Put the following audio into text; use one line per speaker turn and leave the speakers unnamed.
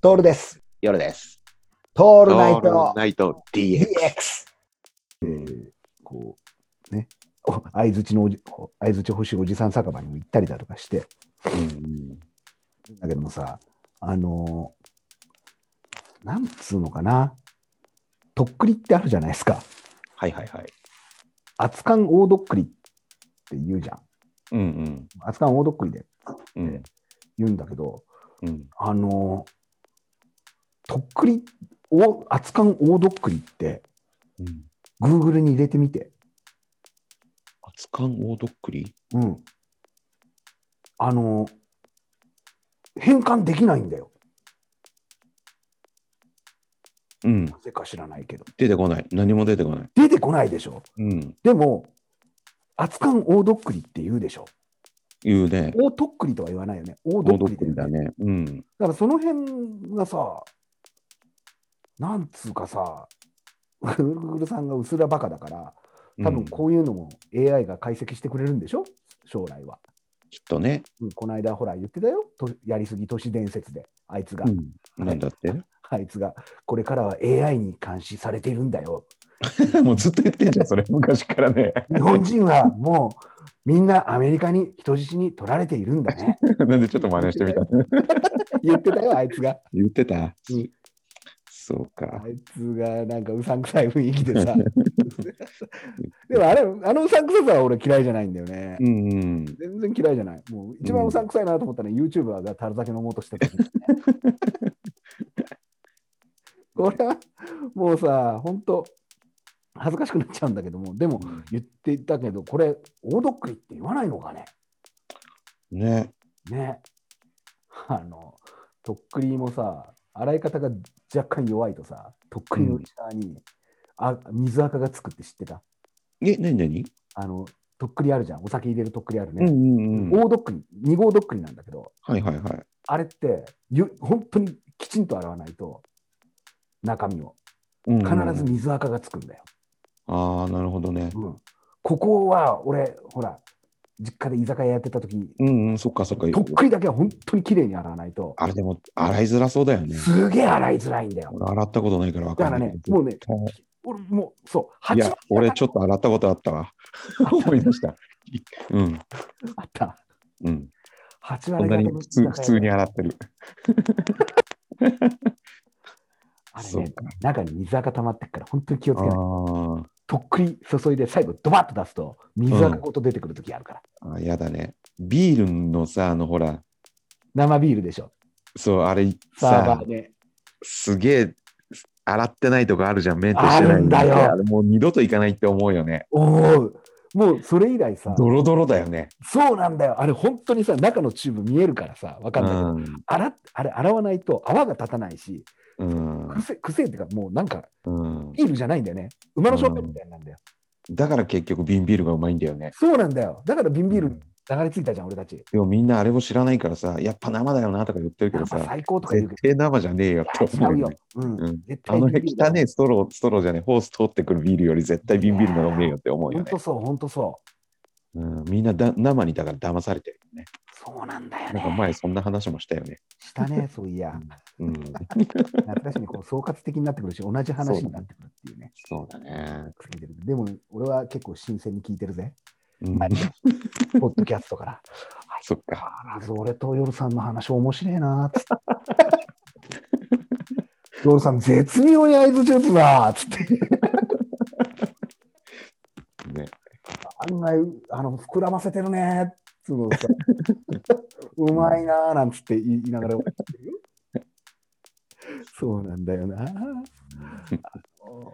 トールです。
夜です。
ト
オ
ールナイト
ナイト
DX。
DX。
えーこう、ね、お相づちのおじ、お相づち欲しいおじさん酒場にも行ったりだとかして、だけどもさ、あのーなんつうのかな、とっくりってあるじゃないですか。
はいはいはい。
熱燗大どっくりって言うじゃん。
うん
熱燗大どっくりで
うん。うん
言うんだけど、
うん。
あのーとっくり、お熱燗大どっくりって、
うん。
Google に入れてみて。
熱燗大どっくり
うん。あのー変換できないんだよ。
うん。
なぜか知らないけど。
出てこない。何も出てこない。
出てこないでしょ。
うん。
でも、熱燗大どっくりって言うでしょ。
言うね。
大とっくりとは言わないよね。大ど
大
っ
どっ
くり
く
だ
り
よね
だね。うん。
だからその辺がさ、なんつうかさ、グーグルさんがうすらバカだから、多分
うん
こういうのも AI が解析してくれるんでしょ、将来は。
きっとね。
うん、この間ほら言ってたよ、とやりすぎ都市伝説で、あいつが、
うん。なんだって
あいつが、これからは AI に監視されているんだよ。
もうずっと言ってんじゃん、そ れ。昔からね。
日本人はもうみんなアメリカに人質に取られているんだね。
なんでちょっと真似してみた。
言ってたよ、あいつが。
言ってた。そうか
あ。いつがなんかうさんくさい雰囲気でさ。でもあれ、あのうさんくささは俺嫌いじゃないんだよね。
うんうん。
全然嫌いじゃない。もう一番うさんくさいなと思ったのは、YouTuber が樽酒飲もうとした時、ね。 これはもうさ、本当恥ずかしくなっちゃうんだけども、でも言っていたけど、これ、大どっくりって言わないのかね。
ね。
ね。あの、とっくりもさ、洗い方が若干弱いとさ、とっくりの内側に、あ水垢がつくって知ってた
え、なになに
あの、とっくりあるじゃん。お酒入れるとっくりある
うん
ね。
うんうん。
大どっくり、二号どっくりなんだけど、
はいはいはい。
あれって、ゆ本当にきちんと洗わないと、中身を。
うん
必ず水垢がつくんだよ。
ああ、なるほどね。
うんここは、俺、ほら、実家で居酒屋やってた時に、
うんうん、そっかそっか。
とっくりだけは本当にきれいに洗わないと、
あれでも、洗いづらそうだよね。
すげえ洗いづらいんだよ。
俺、洗ったことないから分
だか
かん
ら
ない。
ね、もうね、俺もう、そう、
い
八
や、俺、ちょっと洗ったことあっ たわ。思い出した。うん、
あった。
うん。
八
こん
割
な
方
に
の
普通普通に洗ってる。
あれ
そう
ね
か。
中に水垢溜まってっから、本当に気をつ
あ
けない。
ー
とっくり注いで、最後、ドバッと出すと、水垢ごと出てくる時あるから。
あー、やだね。ビールのさ、あの、ほら、
生ビールでしょ。
そう、あれ
サーバ
さ
ー、で。
すげえ、洗ってないとこあるじゃん、メンテしてない
あるんだよ
あれもう二度と行かないって思うよね。
おお、もうそれ以来さ、
ドロドロだよね。
そうなんだよ。あれ、本当にさ、中のチューブ見えるからさ、わかんないけど。洗っあれ洗わないと泡が立たないし、
うん。うん
癖癖っていうか、もうなんか、
うん、
ビールじゃないんだよね。馬のショッみたいなんだよ。
だから結局瓶ビールがうまいんだよね。
そうなんだよ。だから瓶ビール
う
に
ん
流れ着いたじゃん、俺たち。
でもみんなあれを知らないからさ、やっぱ生だよなとか言ってるけ
や
ど
っぱ
さ、
最高とか言うけ
絶
ど。
対生じゃねえよって
違
思
う
う
よ
よ、。
うん
うん
絶
あ
対
の
ビビるだ
汚ねえストロー、ストローじゃねえ、ホース通ってくるビールより絶対瓶ビールが飲めえよって思うよ
本
ね
当。そう、本当そう。
うん、みんなだ生にだから騙されてるよね。
そうなんだよ
なん
ね。
か前そんな話もしたよね。
したね、そういや。
うん、
懐かしいねこう総括的になってくるし、同じ話になってくるっていうね。
そうだね。
聞いてるでも、俺は結構新鮮に聞いてるぜ。
うん、
ポッドキャストから。
そっか。
あらず俺と夜さんの話面白いなーっつって。夜さん、絶妙に合図打つなーっつって。
ね、
案外、あの、膨らませてるねーっつうのさうまいなーなんつって言い言いながら。そうなんだよなー。あの